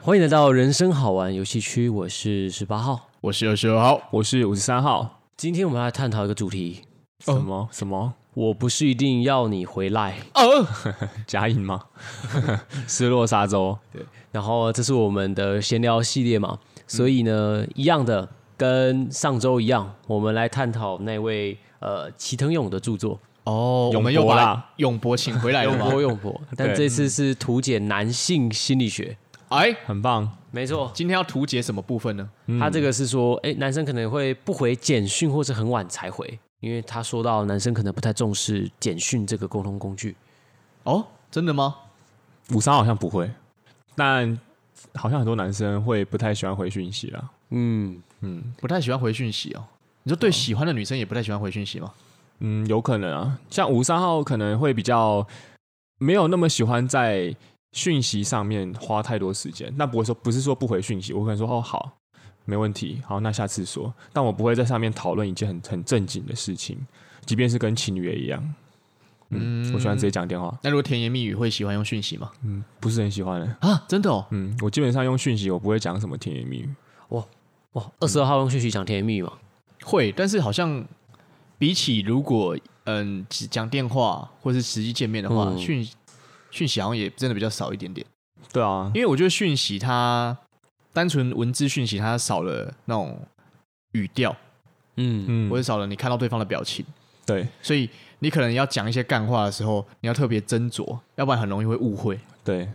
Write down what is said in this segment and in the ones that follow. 欢迎来到人生好玩游戏区，我是十八号。我是二十二号，我是五十三号。今天我们要来探讨一个主题，什么什么我不是一定要你回来。呃假影吗？失落沙洲。然后这是我们的闲聊系列嘛，所以呢，一样的，跟上周一样，我们来探讨那位呃齐藤勇的著作哦，我永们又博把啦永博请回来《了永吗博？永博》，但对这次是图解男性心理学。哎，很棒，没错，今天要图解什么部分呢？他这个是说，哎，男生可能会不回简讯，或是很晚才回，因为他说到男生可能不太重视简讯这个沟通工具。哦，真的吗？五三好像不会，但好像很多男生会不太喜欢回讯息啦。嗯，不太喜欢回讯息哦。你说对喜欢的女生也不太喜欢回讯息吗？嗯，有可能啊，像五三号可能会比较没有那么喜欢在讯息上面花太多时间。那不会说不是说不回讯息，我可能说哦好，没问题，好那下次说，但我不会在上面讨论一件很很正经的事情，即便是跟情侣也一样。嗯，我喜欢直接讲电话，那如果甜言蜜语会喜欢用讯息吗？嗯，不是很喜欢的、啊，真的哦，嗯，我基本上用讯息，我不会讲什么甜言蜜语。哇，二十二号用讯息讲甜言蜜语嘛？会，但是好像比起如果嗯只讲电话或是实际见面的话，嗯讯讯息好像也真的比较少一点点。对啊，因为我觉得讯息它单纯文字讯息它少了那种语调，嗯，嗯或者少了你看到对方的表情。对所以你可能要讲一些干话的时候，你要特别斟酌，要不然很容易会误会。对，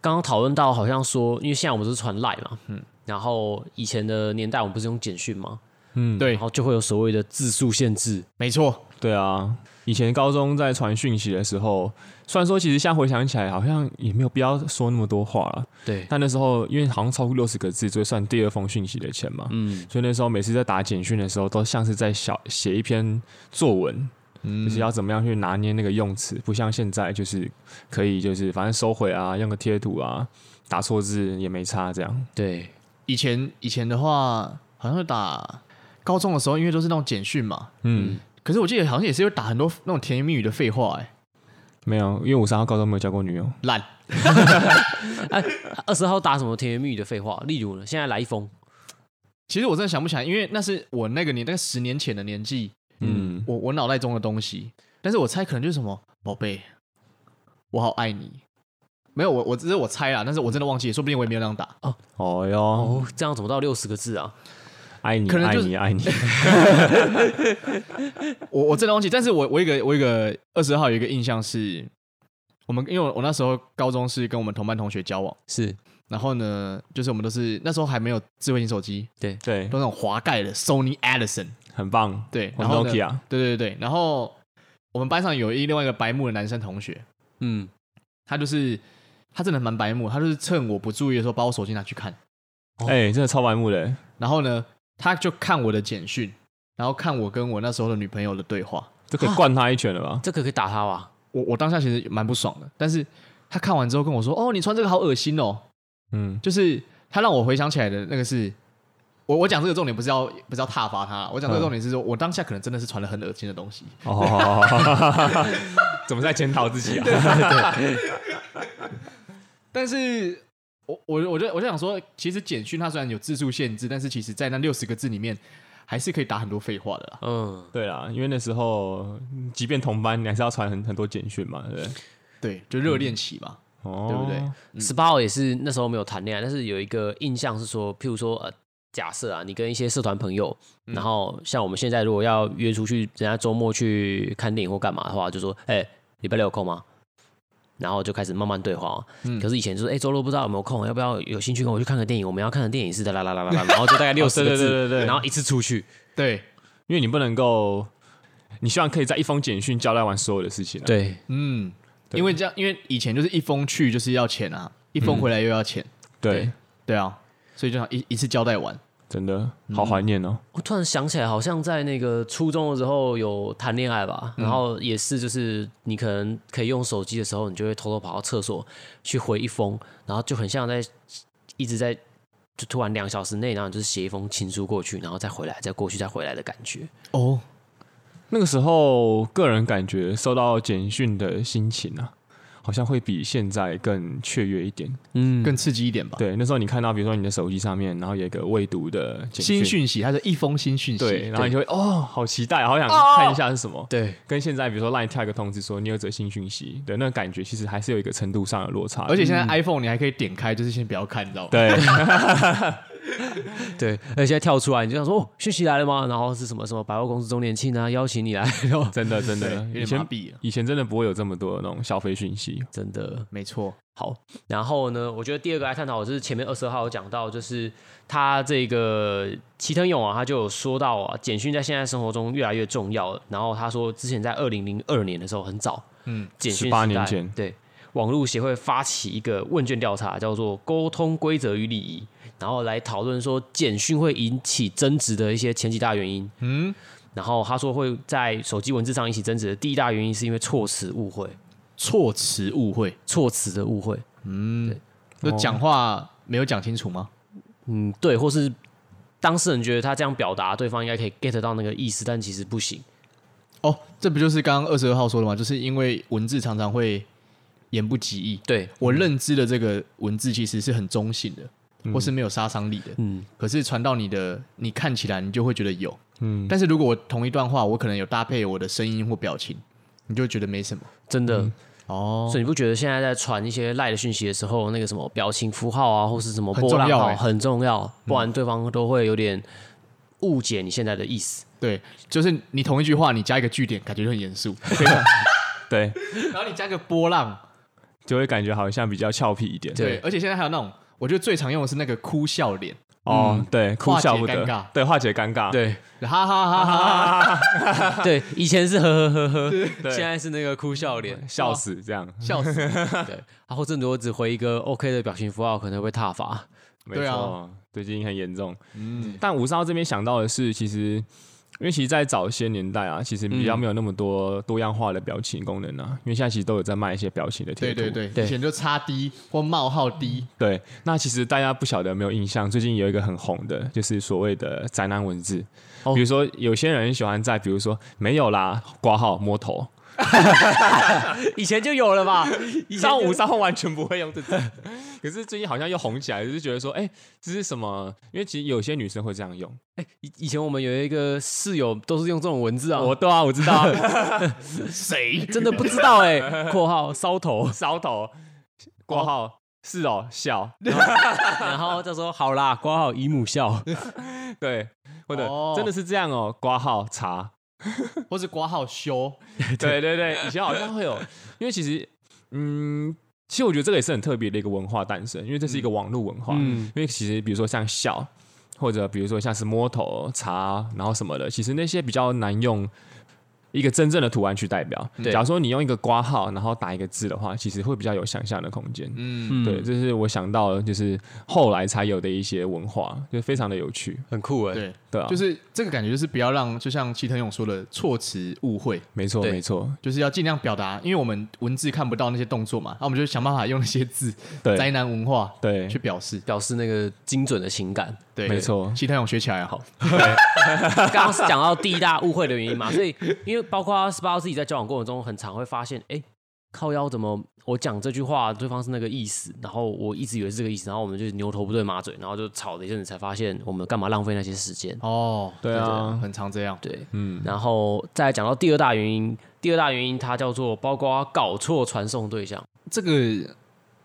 刚刚讨论到好像说，因为现在我们都是传赖嘛，嗯，然后以前的年代我们不是用简讯嘛，嗯对然后就会有所谓的字数限制，没错，对啊，以前高中在传讯息的时候，虽然说其实现在回想起来，好像也没有必要说那么多话了。对，但那时候因为好像超过六十个字就会算第二封讯息的钱嘛，嗯，所以那时候每次在打简讯的时候，都像是在小写一篇作文，嗯就是要怎么样去拿捏那个用词，不像现在就是可以就是反正收回啊，用个贴图啊，打错字也没差这样。对，以前以前的话，好像会打高中的时候，因为都是那种简讯嘛，嗯，可是我记得好像也是有打很多那种甜言蜜语的废话、哎，没有，因为我三号高中没有交过女友。烂二十号打什么甜言蜜语的废话，例如呢，现在来一封，其实我真的想不起来，因为那是我那个年，大概十年前的年纪，嗯，我我脑袋中的东西。但是我猜可能就是什么，宝贝，我好爱你。没有，我我只是我猜啦，但是我真的忘记了，说不定我也没有那样打。哦哟，哦，这样怎么到六十个字啊？爱你，可能爱就是你，爱你。我我真的忘记，但是我我有一个我有一个二十号有一个印象是，我们因为我我那时候高中是跟我们同班同学交往，是然后呢，就是我们都是那时候还没有智慧型手机，对都，那种滑盖的 Sony Edison，很啊棒。对，我然们后呢，对 Nokia，对对对，然后我们班上有一另外一个白目的男生同学，嗯，他就是他真的蛮白目，他就是趁我不注意的时候把我手机拿去看，哦哎，真的超白目的。然后呢，他就看我的简讯，然后看我跟我那时候的女朋友的对话，这可以灌他一拳了吧？这个可以打他吧？我我当下其实蛮不爽的，但是他看完之后跟我说：“哦，你穿这个好恶心哦。 嗯”，就是他让我回想起来的那个是，我我讲这个重点不是要不是要挞伐他，我嗯讲这个重点是说、我当下可能真的是传了很恶心的东西。哦，怎么在检讨自己啊？但是我我我就我就想说，其实简讯它虽然有字数限制，但是其实在那六十个字里面还是可以打很多废话的啦。嗯，对啦，因为那时候嗯即便同班，你还是要传很很多简讯嘛，对不对？对，就热恋期嘛。哦，对不对？十八号也是那时候没有谈恋爱，但是有一个印象是说，譬如说呃，假设啊，你跟一些社团朋友，然嗯后像我们现在如果要约出去，人家周末去看电影或干嘛的话，就说，哎、礼拜六有空吗？然后就开始慢慢对话。啊嗯可是以前就是，哎、周六不知道有没有空，要不要有兴趣跟我去看个电影？我们要看的电影是的啦啦啦啦啦，然后就大概 六十哦个对字，对对对对然后一次出去，对，因为你不能够，你希望可以在一封简讯交代完所有的事情啊。对，嗯，对因为这样，因为以前就是一封去就是要钱啊，一嗯封回来又要钱，对，对啊，所以就想一一次交代完。真的好怀念哦。我突然想起来，好像在那个初中的时候有谈恋爱吧，然后也是就是你可能可以用手机的时候，你就会偷偷跑到厕所去回一封，然后就很像在一直在就突然两小时内，然后你就是写一封情书过去，然后再回来，再过去，再回来的感觉。哦，那个时候，个人感觉收到简讯的心情啊，好像会比现在更雀跃一点。嗯，更刺激一点吧。对，那时候你看到，比如说你的手机上面，然后有一个未读的简新，讯息，它是一封新讯息，对，然后你就会哦，好期待，好想看一下是什哦么。对，跟现在比如说 Line tag 通知说你有则新讯息，对，那个感觉其实还是有一个程度上的落差的。而且现在 iPhone 你还可以点开，就是先不要看，你知道吗？ 对，对，而且现在跳出来，你就想说哦，讯息来了吗？然后是什么什么百货公司周年庆啊，邀请你来， 然后真的真的，有点以麻前痹啊了。以前真的不会有这么多的那种消费讯息。真的没错，好。然后呢，我觉得第二个来探讨，就是前面二十号有讲到，就是他这个齐藤勇啊，他就有说到啊，简讯在现在生活中越来越重要了。然后他说，之前在二零零二年的时候很早，嗯，简讯时代18年前对。网络协会发起一个问卷调查，叫做“沟通规则与礼仪”，然后来讨论说简讯会引起争执的一些前几大原因。嗯，然后他说会在手机文字上引起争执的第一大原因是因为措辞误会，措辞误会，措辞的误会，就讲话没有讲清楚吗？嗯，对，或是当事人觉得他这样表达，对方应该可以 get 到那个意思，但其实不行。哦，这不就是刚刚二十二号说的吗？就是因为文字常常会言不及义。对，我认知的这个文字其实是很中性的，或是没有杀伤力的。嗯，可是传到你的，你看起来你就会觉得有。嗯，但是如果我同一段话，我可能有搭配我的声音或表情，你就会觉得没什么。真的，哦，所以你不觉得现在在传一些赖的讯息的时候，那个什么表情符号啊，或是什么波浪很重要号欸很重要，不然对方都会有点误解你现在的意思。对，就是你同一句话，你加一个句点，感觉就很严肃；对，然后你加个波浪，就会感觉好像比较俏皮一点。对对。而且现在还有那种，我觉得最常用的是那个哭笑脸，哦，对，哭化笑解不尴尬得，对，化解尴尬，对哈哈哈哈哈哈，啊对，以前是呵呵呵呵，对现在是那个哭笑脸。笑死这样。笑死！对，啊，或者如果只回一个 OK 的表情符号，可能会踏伐。没对啊错，最近很严重。嗯，但吴少这边想到的是，其实因为其实，在早些年代啊，其实比较没有那么多多样化的表情功能啊，因为现在其实都有在卖一些表情的贴对图。对对，对以前就叉 D 或冒号 D，对，那其实大家不晓得有没有印象，最近有一个很红的，就是所谓的宅男文字。哦比如说，有些人喜欢在，比如说没有啦，挂号摸头。以前就有了 吧？以前上就午上午完全不会用这种， 可是最近好像又红起来，就是觉得说，哎、这是什么？因为其实有些女生会这样用。以以前我们有一个室友都是用这种文字啊，我对啊，我知道 啊，谁？真的不知道哎、 括号烧头， 烧头，挂号、是哦，笑， 然后就说好啦，括号姨母 笑，对，或者、哦真的是这样哦，挂号查， 或是挂号修？ 对对对，以前好像会有，因为其实，嗯，其实我觉得这个也是很特别的一个文化诞生，因为这是一个网络文化，嗯因为其实比如说像笑，或者比如说像是摸头、茶，然后什么的，其实那些比较难用。一个真正的图案去代表。嗯对假如说你用一个挂号，然后打一个字的话，其实会比较有想象的空间。嗯嗯，对，这是我想到，就是后来才有的一些文化，就非常的有趣，很酷哎、对，对啊，就是这个感觉，就是不要让，就像齐藤勇说的，措辞误会，没错，对没错，就是要尽量表达，因为我们文字看不到那些动作嘛，那我们就想办法用那些字，对灾难文化对去，表示。表示那个精准的情 感。对，没错齐藤勇学起来啊好。刚刚是讲到第一大误会的原 因嘛，所以因为包括十八号自己在交往过程中，很常会发现，哎、靠腰怎么我讲这句话，对方是那个意思，然后我一直以为是这个意思，然后我们就是牛头不对马嘴，然后就吵了一阵子，才发现我们干嘛浪费那些时间。哦，对啊很常这样。对，嗯，然后再讲到第二大原因，第二大原因它叫做包括搞错传送对象。这个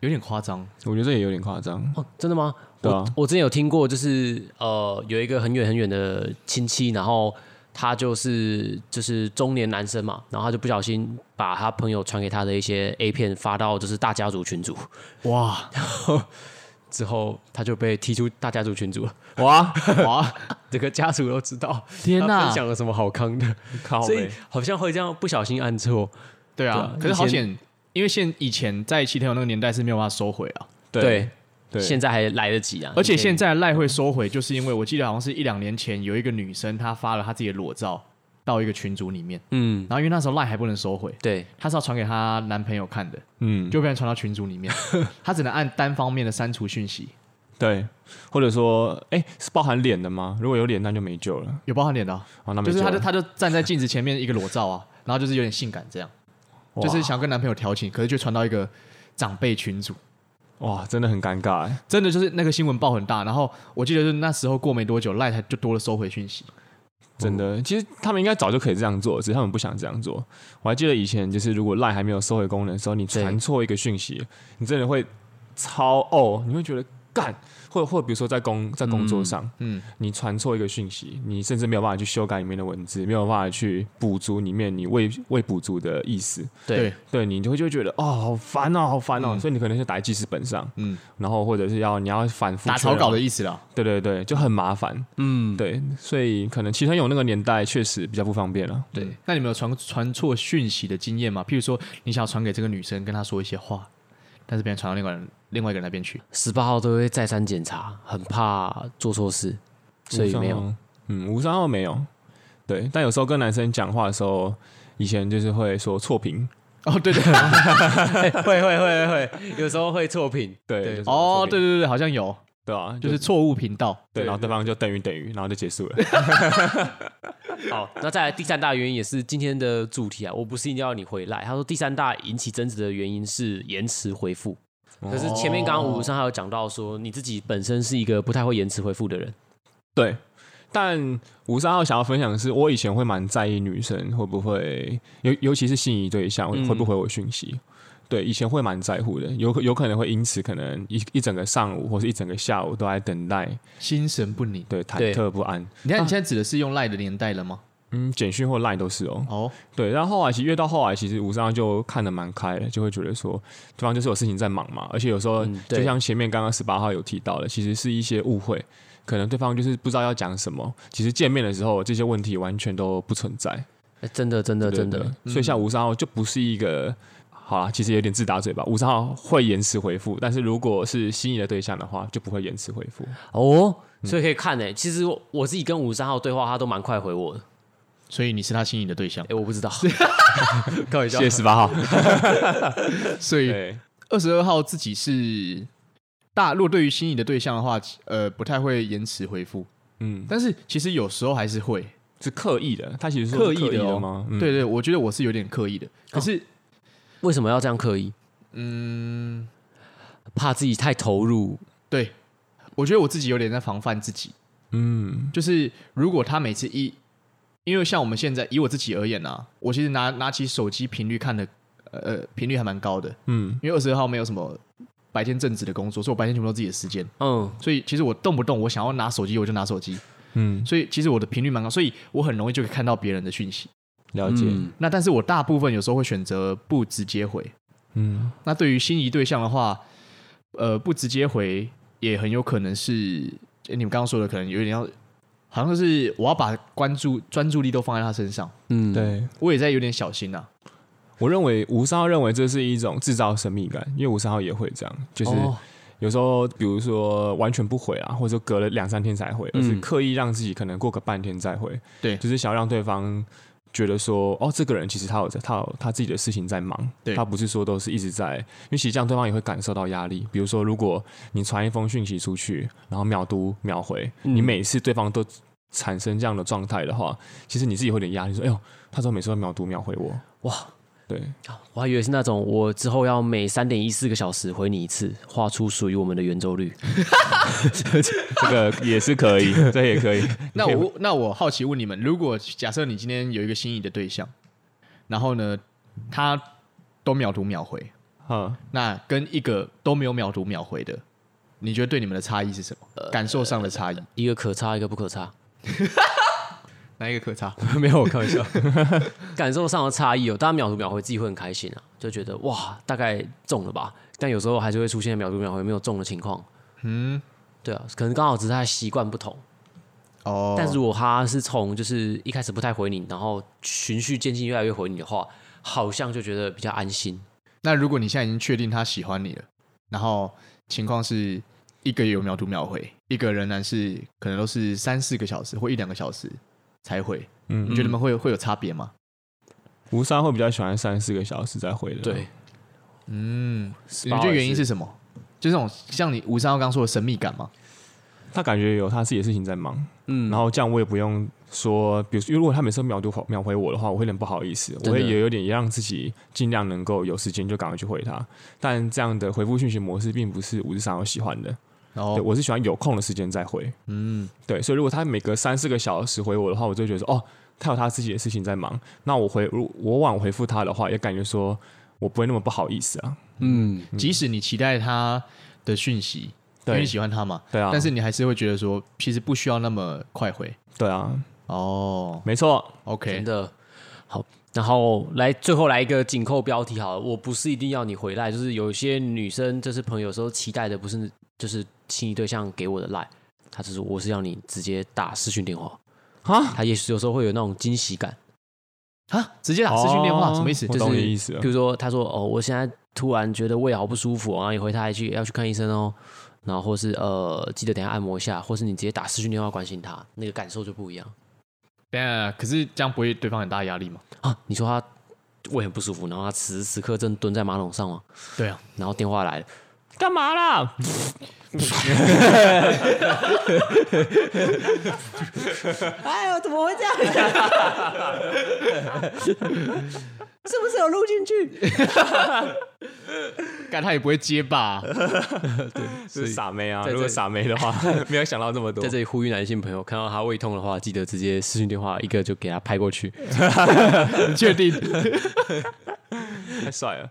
有点夸张，我觉得这也有点夸张，哦，真的吗？对啊我我之前有听过，就是呃，有一个很远很远的亲戚，然后他就是就是中年男生嘛，然后他就不小心把他朋友传给他的一些 A 片发到就是大家族群组， 哇之后他就被踢出大家族群组了， 哇，哇，整个家族都知道 天他哪分！享了什么好康的，靠所以北，好像会这样不小心按错，对对啊啊，可是好险，因为现以前在齐藤勇那个年代是没有办法收回啊，对对，现在还来得及啊，而且现在赖会收回，就是因为我记得好像是一两年前有一个女生她发了她自己的裸照到一个群组里面，嗯，然后因为那时候赖还不能收回，对，她是要传给她男朋友看的，嗯，就被人传到群组 里面，她只能按单方面的删除讯息，对，或者说，哎，是包含脸的吗？如果有脸，那就没救了，有包含脸的啊、哦，那没就是救她就了，她就站在镜子前面一个裸照啊，然后就是有点性感这样，就是想跟男朋友调情，可是却传到一个长辈群组，哇，真的很尴尬哎。真的就是那个新闻报很大。然后我记得是那时候过没多久，赖才就多了收回讯息。真哦的，其实他们应该早就可以这样做，只是他们不想这样做。我还记得以前，就是如果 LINE 还没有收回功能的时候，你对传错一个讯息，你真的会超哦，你会觉得干，或或比如说在工在工作上，嗯，你传错一个讯息，你甚至没有办法去修改里面的文字，没有办法去补足里面你未未补足的意思，对，对你就会就会觉得哦，好烦哦，好烦哦，所以你可能是打在记事本上，嗯，然后或者是要你要反复打确认草稿的意思啦。对对对，就很麻烦。嗯，对，所以可能齐川勇那个年代确实比较不方便了。对，那你们有传传错讯息的经验吗？譬如说，你想要传给这个女生，跟她说一些话，但是别人传到另外人另外一个人那边去，十八号都会再三检查，很怕做错事，所以没53有。号。嗯，五三号没有。对，但有时候跟男生讲话的时候，以前就是会说错评。哦， 对对，会会会会，有时候会错评。对，就是哦错，评对对对，好像有，对啊，就就是是错误频道。对，然后对方就等于等于，然后就结束了。好，那再来第三大原因也是今天的主题啊，我不是一定要你回来。他说第三大引起争执的原因是延迟回复，可哦是前面刚刚五上还有讲到说你自己本身是一个不太会延迟回复的人，对，但五三号想要分享的是，我以前会蛮在意女生会不会，尤尤其是心仪对象会不回我讯息。对，以前会蛮在乎的，有可有可能会因此可能一一整个上午或是一整个下午都在等待，心神不宁。对，忐对忑不安。你看你现在指的是用赖的年代了吗？嗯，简讯或 line 都是哦。哦，对，然后后来其实越到后来，其实五三就看得蛮开的，就会觉得说对方就是有事情在忙嘛，而且有时候嗯对就像前面刚刚十八号有提到的，其实是一些误会，可能对方就是不知道要讲什么，其实见面的时候这些问题完全都不存在，哎真的真的对真对的，所以像五三号就不是一个。好啦，其实有点自打嘴巴。五三号会延迟回复，但是如果是心仪的对象的话，就不会延迟回复。哦，嗯所以可以看诶、其实我我自己跟五十三号对话，他都蛮快回我的。所以你是他心仪的对象哎、，我不知道， 开玩谢谢十八号。所以对，二十二号自己是大，若对于心仪的对象的话，呃，不太会延迟回复，嗯，但是其实有时候还是会。是刻意的，他其实是刻刻意的意哦的吗？嗯对对，我觉得我是有点刻意的，可是为什么要这样刻意？嗯，怕自己太投入，对，我觉得我自己有点在防范自己。嗯，就是如果他每次一，因为像我们现在以我自己而言啊，我其实拿拿起手机频率看的，呃，频率还蛮高的。嗯，因为二十二号没有什么白天正职的工作，所以我白天全部都自己的时间，嗯，所以其实我动不动我想要拿手机我就拿手机，嗯，所以其实我的频率蛮高，所以我很容易就可以看到别人的讯息。了解，嗯那但是我大部分有时候会选择不直接回。嗯，那对于心仪对象的话，呃，不直接回也很有可能是诶你们刚刚说的，可能有点要，好像是我要把关注专注力都放在他身上，嗯，对，我也在有点小心啊呐、我认为吴三号认为这是一种制造神秘感，因为吴三号也会这样，就是哦有时候比如说完全不回啊，或者说隔了两三天才回，而是嗯刻意让自己可能过个半天再回，对就是想要让对方觉得说，哦，这个人其实他有在他有他自己的事情在忙，对他不是说都是一直在，因为其实这样对方也会感受到压力。比如说，如果你传一封讯息出去，然后秒读秒回，你每次对方都。产生这样的状态的话，其实你自己会有点压力，说：“哎呦，他怎么每次都秒读秒回我哇，？”对，我还以为是那种我之后要每三点一四个小时回你一次，画出属于我们的圆周率。这个也是可以，这也可以。那我那我好奇问你们，如果假设你今天有一个心仪的对象，然后呢，他都秒读秒回，哈，那跟一个都没有秒读秒回的，你觉得对你们的差异是什么？感受上的差异，一个可差，一个不可差，哪一个可差？ 没有，我开玩笑。 感受上的差异哦，大家秒读秒回自己会很开心啊，就觉得哇，大概中了吧。但有时候还是会出现秒读秒回没有中的情况。嗯，对啊，可能刚好只是他的习惯不同。哦，但如果他是从就是一开始不太回你，然后循序渐进越来越回你的话，好像就觉得比较安心。那如果你现在已经确定他喜欢你了，然后情况是一个有秒读秒回，一个仍然是可能都是三四个小时或一两个小时才回，嗯你觉得你们会有会有差别吗？吴三会比较喜欢三四个小时再回的。对，啊嗯，你八觉得二原因四是什么？就这种像你吴三号刚说的神秘感吗？他感觉有他自己的事情在忙，嗯然后这样我也不用说，比如说，因为如果他每次秒读秒回我的话，我会有点不好意思，我真的会也有点让自己尽量能够有时间就赶快去回他。但这样的回复讯息模式并不是五日三我喜欢的，然对后我是喜欢有空的时间再回。嗯，对，所以如果他每隔三四个小时回我的话，我就会觉得说，哦，他有他自己的事情在忙。那我回如我晚回复他的话，也感觉说我不会那么不好意思啊。嗯，即使你期待他的讯息，因对为你喜欢他嘛，对啊，但是你还是会觉得说，其实不需要那么快回。对啊，哦没错，真，OK，的好。然后来最后来一个紧扣标题好了，我不是一定要你回来，就是有些女生就是朋友有时候期待的不是就是心仪对象给我的赖，她就是我是要你直接打视讯电话，啊，她也许有时候会有那种惊喜感，啊，直接打私讯电话哦什么意思？我就懂你是的意思了啊比。如说她说哦我现在突然觉得胃好不舒服哦，然后你回她一句要去看医生哦，然后或是呃记得等一下按摩一下，或是你直接打视讯电话关心她，那个感受就不一样等一下，啊可是这样不会对方很大压力吗？啊。你说她胃很不舒服，然后她此时此刻正蹲在马桶上吗？对啊，然后电话来了。干嘛啦？哎呦，怎么会这样、是不是有录进去？干他也不会接 吧？是傻妹啊！在这如果傻妹的话， 没有想到这么多在。这里呼吁男性朋友，看到他胃痛的话，记得直接私讯电话一个就给他拍过去。你确定？太帅了。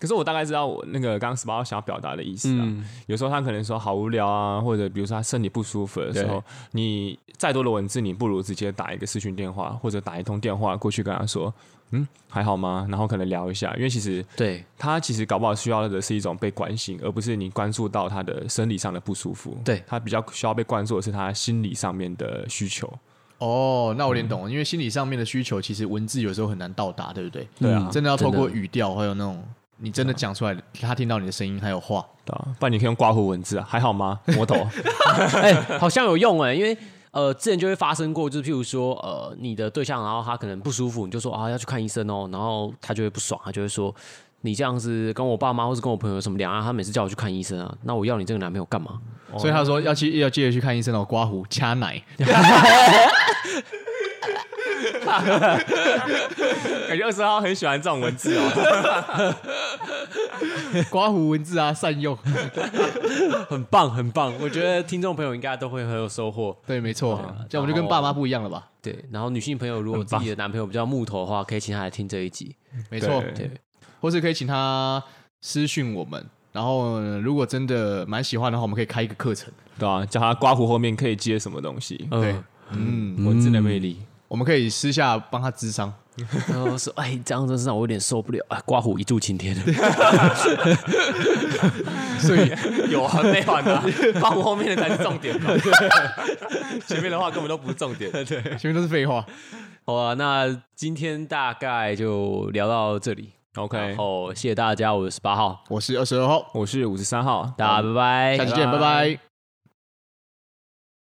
可是我大概知道我那个刚刚 s p a 想要表达的意思啊。有时候他可能说好无聊啊，或者比如说他身体不舒服的时候，你再多的文字，你不如直接打一个视讯电话，或者打一通电话过去跟他说，嗯，还好吗？然后可能聊一下，因为其实对他其实搞不好需要的是一种被关心，而不是你关注到他的生理上的不舒服。对他比较需要被关注的是他心理上面的需求。哦，那我有点懂了，因为心理上面的需求，其实文字有时候很难到达，对不对？对啊嗯真的要透过真的语调，还有那种你真的讲出来，他听到你的声音还有话，对啊，不然你可以用刮胡文字啊，还好吗？魔 头，哎、好像有用哎、因为呃，之前就会发生过，就是譬如说呃，你的对象，然后他可能不舒服，你就说啊要去看医生哦，然后他就会不爽，他就会说你这样子跟我爸妈或是跟我朋友有什么两样？他每次叫我去看医生啊， 那我要你这个男朋友干嘛？ 所以他说要去要记得去看医生哦，刮胡 掐奶，感觉二十号很喜欢这种文字哦。刮胡文字啊，善用。很棒，很棒，我觉得听众朋友应该都会很有收获。对，没错，这然样我们就跟后爸妈不一样了吧？对，然后女性朋友如果自己的男朋友比较木头的话，可以请他来听这一集。没错，对对，或是可以请他私讯我们。然后，呃如果真的蛮喜欢的话，我们可以开一个课程。对啊，叫他刮胡后面可以接什么东西？对嗯，嗯，文字的魅力，我们可以私下帮他智商。然后说，哎，这样真是让我有点受不了，哎，刮胡一柱擎 天。所以，有啊，没完 啊，刮胡后面的才是重点嘛，前面的话根本都不 是重点。对，前面都是废话。好啊，那今天大概就聊到这里。然 OK，后谢谢大家，我是十八号，我是二十二号，我是五十三号，哎大家拜拜，下期见，拜拜